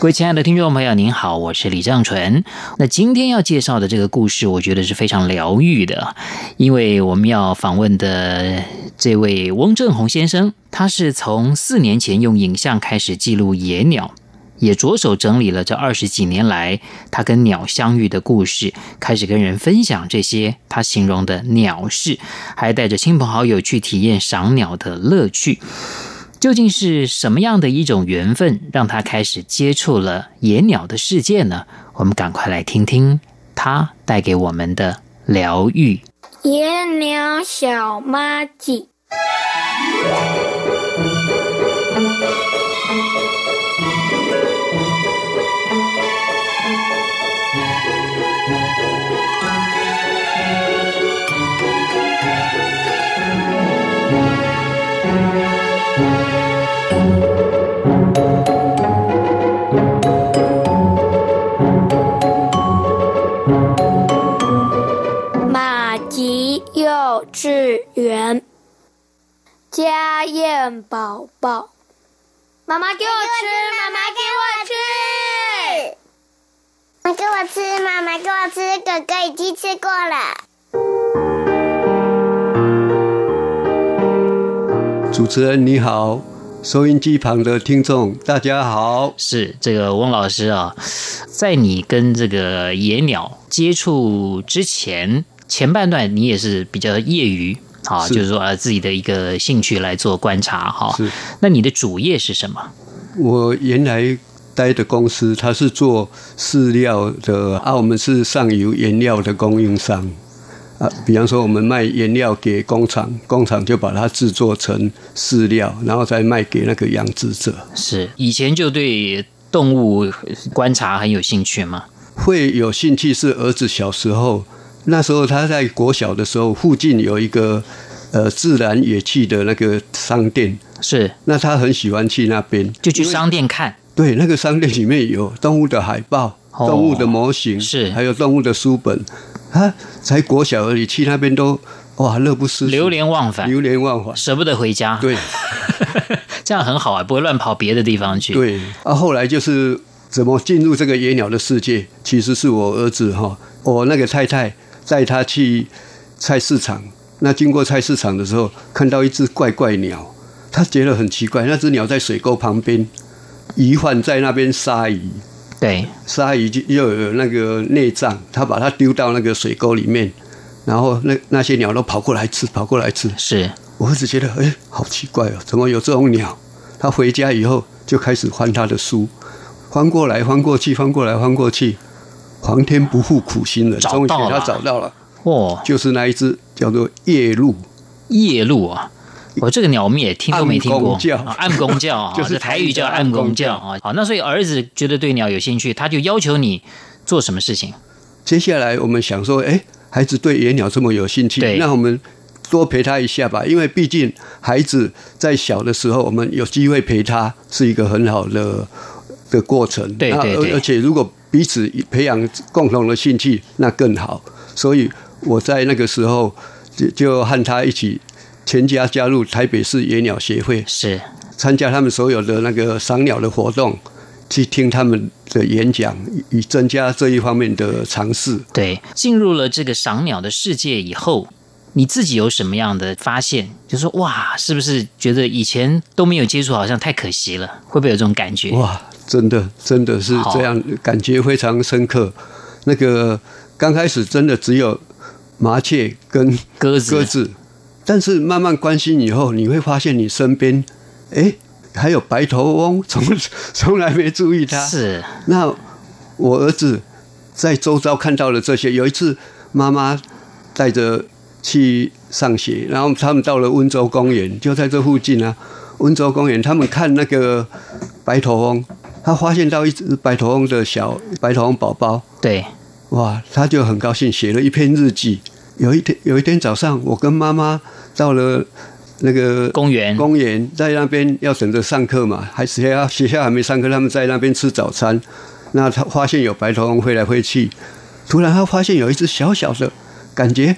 各位亲爱的听众朋友，您好，我是李正淳。那今天要介绍的这个故事，我觉得是非常疗愈的，因为我们要访问的这位翁正宏先生，他是从四年前用影像开始记录野鸟。也着手整理了这二十几年来他跟鸟相遇的故事，开始跟人分享这些他形容的鸟事，还带着亲朋好友去体验赏鸟的乐趣。究竟是什么样的一种缘分，让他开始接触了野鸟的世界呢？我们赶快来听听他带给我们的疗愈。野鸟小妈鸡，马吉幼稚园，家燕宝宝，妈妈给我吃，妈妈给我妈吃。给我吃，妈妈给我吃，哥哥已经吃过了。主持人你好，收音机旁的听众大家好。是这个翁老师啊，在你跟这个野鸟接触之前，前半段你也是比较业余啊，是就是说呃自己的一个兴趣来做观察哈。是那你的主业是什么？我原来待的公司，它是做饲料的啊，我们是上游原料的供应商啊。比方说，我们卖原料给工厂，工厂就把它制作成饲料，然后再卖给那个养殖者。是以前就对动物观察很有兴趣吗？会有兴趣是儿子小时候，那时候他在国小的时候，附近有一个呃自然野趣的那个商店，是，那他很喜欢去那边。就去商店看。对，那个商店里面有动物的海报、哦动物的模型，是还有动物的书本。他才国小而已，去那边都哇乐不思蜀流连忘返，啊流连忘返。舍不得回家。对， 这样很好啊，不会乱跑别的地方去。，对啊，后来就是怎么进入这个野鸟的世界，其实是我儿子哈，我那个太太带他去菜市场，那经过菜市场的时候，看到一只怪怪鸟，他觉得很奇怪，那只鸟在水沟旁边，鱼贩在那边杀鱼，对，鲨鱼就又有那个内脏，他把它丢到那个水沟里面，然后那那些鸟都跑过来吃，跑过来吃。是我儿子觉得，哎、好奇怪哦，怎么有这种鸟？他回家以后就开始翻他的书，翻过来，翻过去，翻过来，翻过去。皇天不负苦心人，找终于到给他了找到了，哦，就是那一只叫做夜鹭，夜鹭啊。我这个鸟我们也听都没听过，暗公叫啊暗公 叫啊，就是这台语叫台语叫暗公叫暗啊。好，那所以儿子觉得对鸟有兴趣，他就要求你做什么事情？接下来我们想说，哎、孩子对野鸟这么有兴对趣，那我们多陪他一下吧，因为毕竟孩子在小的时候，我们有机会陪他是一个很好的的过程。对那对而对而且如果彼此培养共同的兴趣，那更好。所以我在那个时候就就和他一起。全家加入台北市野鸟协会，是参加他们所有的那个赏鸟的活动，去听他们的演讲，以以增加这一方面的尝试。对。进入了这个赏鸟的世界以后，你自己有什么样的发现？就说哇，是不是觉得以前都没有接触，好像太可惜了？会不会有这种感觉？哇，真的真的是这样，感觉非常深刻。那个刚开始真的只有麻雀跟鸽子，啊鸽子，但是慢慢关心以后，你会发现你身边，哎，还有白头翁，从 从来没注意它。是那我儿子在周遭看到了这些。有一次，妈妈带着去上学，然后他们到了温州公园，就在这附近啊。温州公园，他们看那个白头翁，他发现到一只白头翁的小白头翁宝宝，对，哇，他就很高兴，写了一篇日记。有一天有一天早上，我跟妈妈到了那个公园公园，在那边要等着上课嘛，还学校学校还没上课，他们在那边吃早餐。那他发现有白头翁飞来飞去，突然他发现有一只小小的，感觉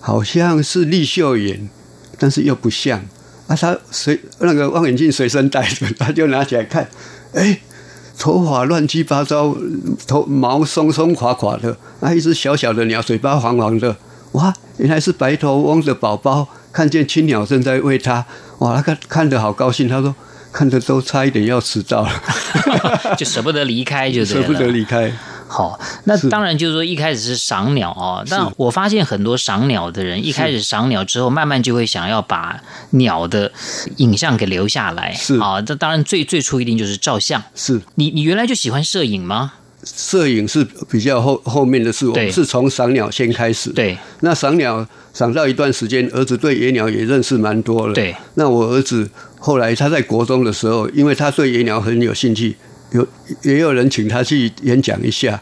好像是绿袖眼，但是又不像。啊，他随那个望远镜随身带着，他就拿起来看，哎、头发乱七八糟，头毛松松垮垮的，那一只小小的鸟，嘴巴黄黄的，哇，原来是白头翁的宝宝。看见青鸟正在喂它，哇，他看看得好高兴，他说看得都差一点要迟到了， 就舍不得离开就对舍了，不得离开。好，那是当然就是说一开始是赏鸟哦，但我发现很多赏鸟的人一开始赏鸟之后，慢慢就会想要把鸟的影像给留下来。是啊，这当然最最初一定就是照相。是你你原来就喜欢摄影吗？摄影是比较后后面的事，我对们是从赏鸟先开始。对那赏鸟赏到一段时间，儿子对野鸟也认识蛮多了。对，那我儿子后来他在国中的时候，因为他对野鸟很有兴趣，有也有人请他去演讲一下，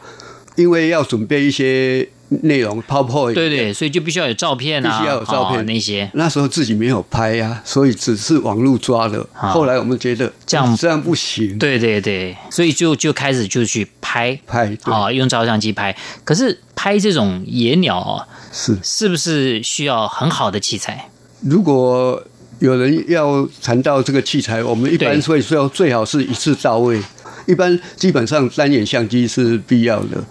因为要准备一些内容 PowerPoint。对对，所以就必须要有照片啊，必须要有照片哦那些。那时候自己没有拍呀、所以只是网路抓的。啊后来我们觉得哎这样这样不行，对对对，所以就就开始就去拍拍对、啊、用照相机拍。可是拍这种野鸟哦，是。是不是需要很好的器材？如果有人要谈到这个器材，我们一般会说最好是一次到位。一般基本上单眼相机是必要的。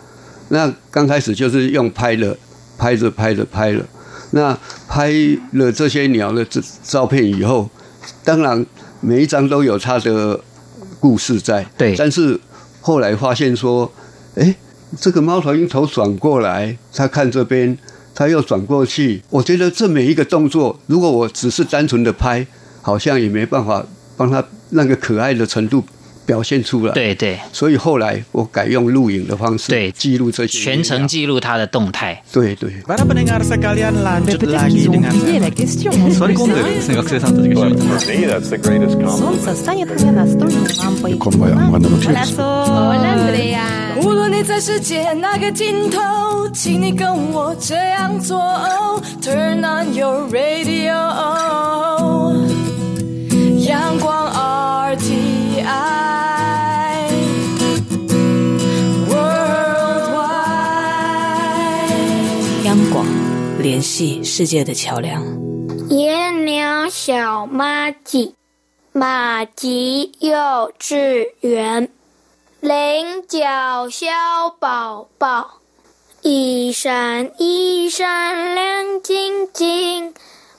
那刚开始就是用拍了，拍着拍着拍了，那拍了这些鸟的这照片以后，当然每一张都有它的故事在。对但是后来发现说，哎，这个猫头鹰头转过来，它看这边，它又转过去。我觉得这每一个动作，如果我只是单纯的拍，好像也没办法帮它那个可爱的程度表现出来。，对对，所以后来我改用录影的方式，对记录这些啊全程记录它的动态。对对， Para pendengar sekalian Mais lanjut peut-être lagi qu'ils ont dengan oublié la saya. question. Sorry Kondur, saya nggak kesana juga. For me, that's the greatest compliment. Солнце станет мне на стойке лампой. Konvoi on vannonut Jeeves. Andrea 无论你在世界哪个尽头，请你跟我这样做。哦 Turn on your radio，阳光 RTI。Worldwide 央广，联系世界的桥梁。野鸟小马吉，马吉幼稚园，菱角小宝宝，一闪一闪亮晶晶，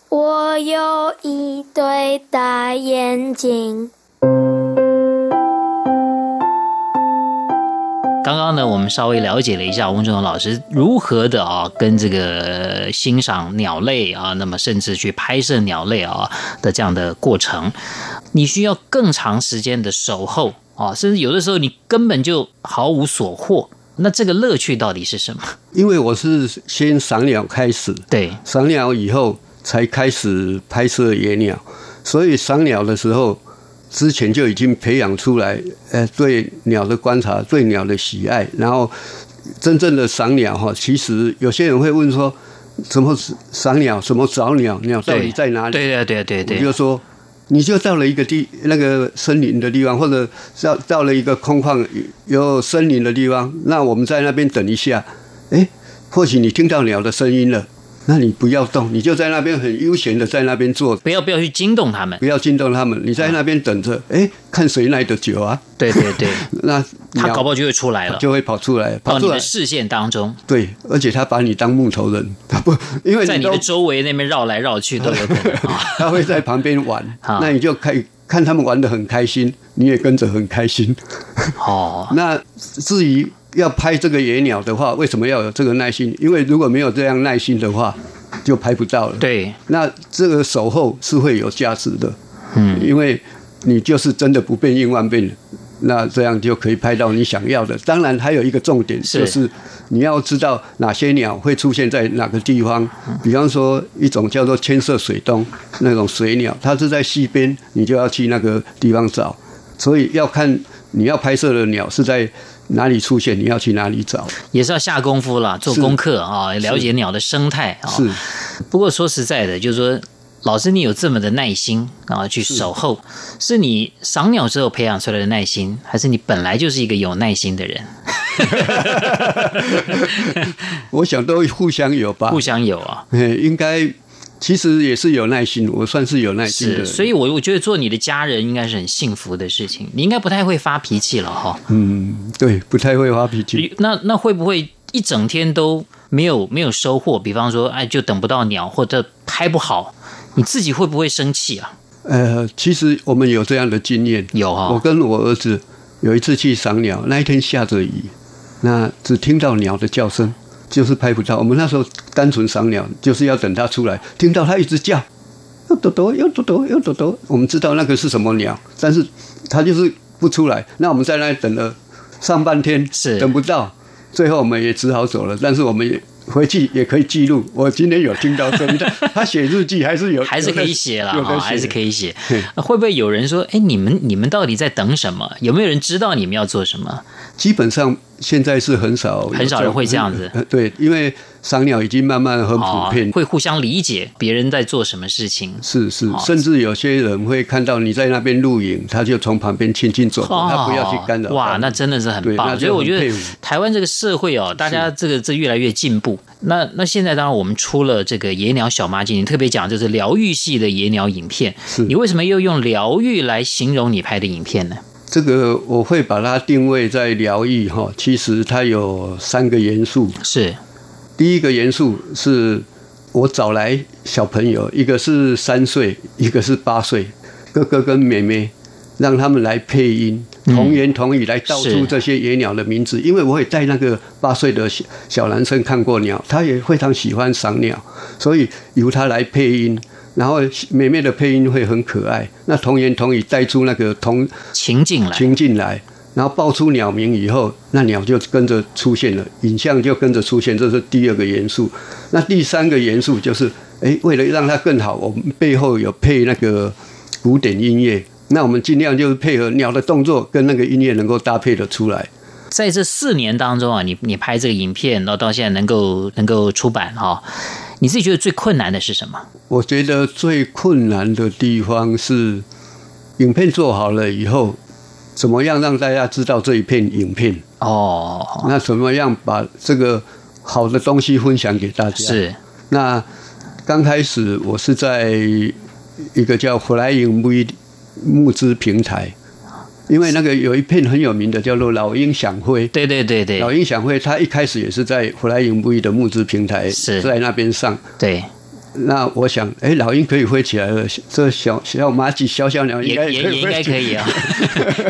我有一对大眼睛。刚刚呢，我们稍微了解了一下翁振宏老师如何的啊，跟这个欣赏鸟类啊，那么甚至去拍摄鸟类啊的这样的过程，你需要更长时间的守候啊，甚至有的时候你根本就毫无所获。那这个乐趣到底是什么？因为我是先赏鸟开始，对赏哦鸟以后才开始拍摄野鸟，所以赏鸟的时候之前就已经培养出来，呃，对鸟的观察，对鸟的喜爱，然后真正的赏鸟哈，其实有些人会问说，怎么赏鸟，怎么找鸟，鸟到底对，在哪里？对对对对我就对，说，你就到了一个地那个森林的地方，或者到到了一个空旷有森林的地方，那我们在那边等一下，哎，或许你听到鸟的声音了，那你不要动，你就在那边很悠闲的在那边坐着。不要不要去惊动他们不。要惊动他们，你在那边等着，哎，看谁来的久啊？对对对，那他 鸟搞不好就会出来了， 就会跑出来，到跑你出来的，视线当中，对，而且他把你当木头人，他不， 因为在你你都的周围那边绕来绕去都有可能啊。他会在旁边玩 啊，那你就可以看他们玩的很开心，你也跟着很开心。哦，那至于要拍这个野鸟的话，为什么要有这个耐心？因为如果没有这样耐心的话，就拍不到了。，对，那这个守候是会有价值的。嗯，因为你就是真的不变应万变，那这样就可以拍到你想要的。当然，还有一个重点是就是你要知道哪些鸟会出现在哪个地方。比方说，一种叫做千色水东那种水鸟，它是在西边，你就要去那个地方找。所以要看你要拍摄的鸟是在哪里出现，你要去哪里找。也是要下功夫了，做是功课啊，了解鸟的生态啊。是，不过说实在的，就是说，老师你有这么的耐心啊，去守候，是你赏鸟之后培养出来的耐心，还是你本来就是一个有耐心的人？我想都互相有吧。互相有啊，哎，应该其实也是有耐心，我算是有耐心的是，人。所以我我觉得做你的家人应该是很幸福的事情，你应该不太会发脾气了哈、嗯，对，不太会发脾气。那那会不会一整天都没有没有收获？比方说，哎，就等不到鸟，或者拍不好，你自己会不会生气啊？呃，其实我们有这样的经验。有哈、我跟我儿子有一次去赏鸟，那一天下着雨，那只听到鸟的叫声，就是拍不到。我们那时候单纯赏鸟，就是要等它出来，听到它一直叫，又朵朵，又朵朵，又朵朵。我们知道那个是什么鸟，但是它就是不出来。那我们在那里等了上半天，是等不到，最后我们也只好走了。但是我们也。回去也可以记录，我今天有听到声音，他写日记还是有， 还是可以写了 有的哈，有的还是可以。以写对。那会不会有人说，哎，你们你们到底在等什么？有没有人知道你们要做什么？基本上现在是很少有，很少人会这样子哦呃。对，因为赏鸟已经慢慢很普遍，会互相理解别人在做什么事情。是是哦，甚至有些人会看到你在那边录影，他就从旁边轻轻走过，他不要去干扰。哦哇，那真的是很对那棒。就所以我觉得很佩服台湾这个社会哦，大家这个这越来越进步。那那现在当然我们出了这个野鸟小妈精，你特别讲就是疗愈系的野鸟影片。是你为什么又用疗愈来形容你拍的影片呢？这个我会把它定位在疗愈哈，其实它有三个元素，是第一个元素是我找来小朋友，一个是三岁，一个是八岁，哥哥跟妹妹，让他们来配音，童言童语来道是出这些野鸟的名字。因为我也带那个八岁的小小男生看过鸟，他也非常喜欢赏鸟，所以由他来配音。然后妹妹的配音会很可爱，那童言童语带出那个童情境来。情进来，然后报出鸟鸣以后，那鸟就跟着出现了，影像就跟着出现，这是第二个元素。那第三个元素就是，哎，为了让它更好，我们背后有配那个古典音乐，那我们尽量就是配合鸟的动作跟那个音乐能够搭配的出来。在这四年当中啊，你你拍这个影片，然后到现在能够能够出版哈、你自己觉得最困难的是什么？我觉得最困难的地方是，影片做好了以后，怎么样让大家知道这一片影片？哦，那怎么样把这个好的东西分享给大家？是那刚开始我是在一个叫 Flying V 募资平台，因为那个有一片很有名的叫做老鹰响灰。对对对老对鹰响灰，它一开始也是在 Flying V 的募资平台，是在那边上。对，那我想，哎、老鹰可以飞起来了，这小小马几小小鸟应该也也可也以应该飞起可来以 啊。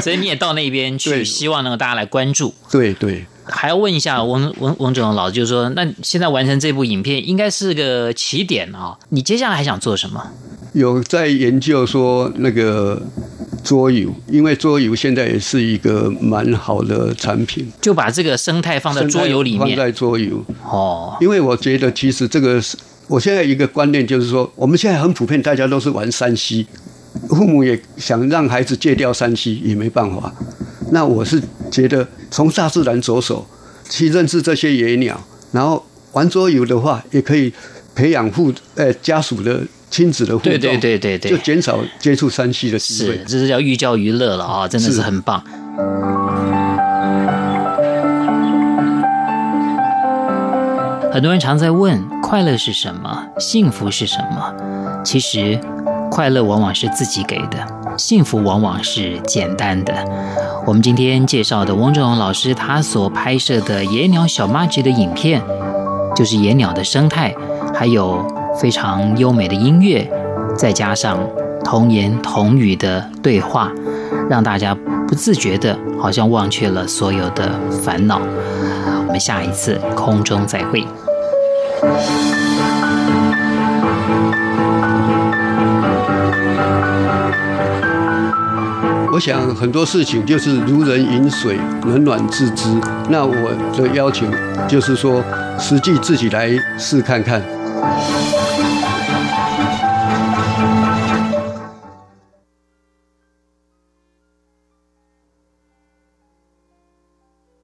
所以你也到那边去，对希望能够大家来关注。对对，还要问一下翁翁翁志荣老师，就是说，那现在完成这部影片应该是个起点啊、你接下来还想做什么？有在研究说那个桌游，因为桌游现在也是一个蛮好的产品，就把这个生态放在桌游里放面在桌游。哦，因为我觉得其实这个是我现在一个观念就是说，我们现在很普遍，大家都是玩山西，父母也想让孩子戒掉山西，也没办法。那我是觉得从大自然着手，去认识这些野鸟，然后玩桌游的话，也可以培养父呃家属的亲子的互动，对对对对对就减少接触山西的机是会，。这是叫寓教于乐了啊、真的是是很棒。很多人常在问快乐是什么，幸福是什么？其实，快乐往往是自己给的，幸福往往是简单的。我们今天介绍的翁正荣老师他所拍摄的《野鸟小妈吉》的影片，就是野鸟的生态，还有非常优美的音乐，再加上童言童语的对话，让大家不自觉的好像忘却了所有的烦恼。我们下一次空中再会。我想很多事情就是如人饮水，冷暖自知。那我的邀请就是说，实际自己来试看看。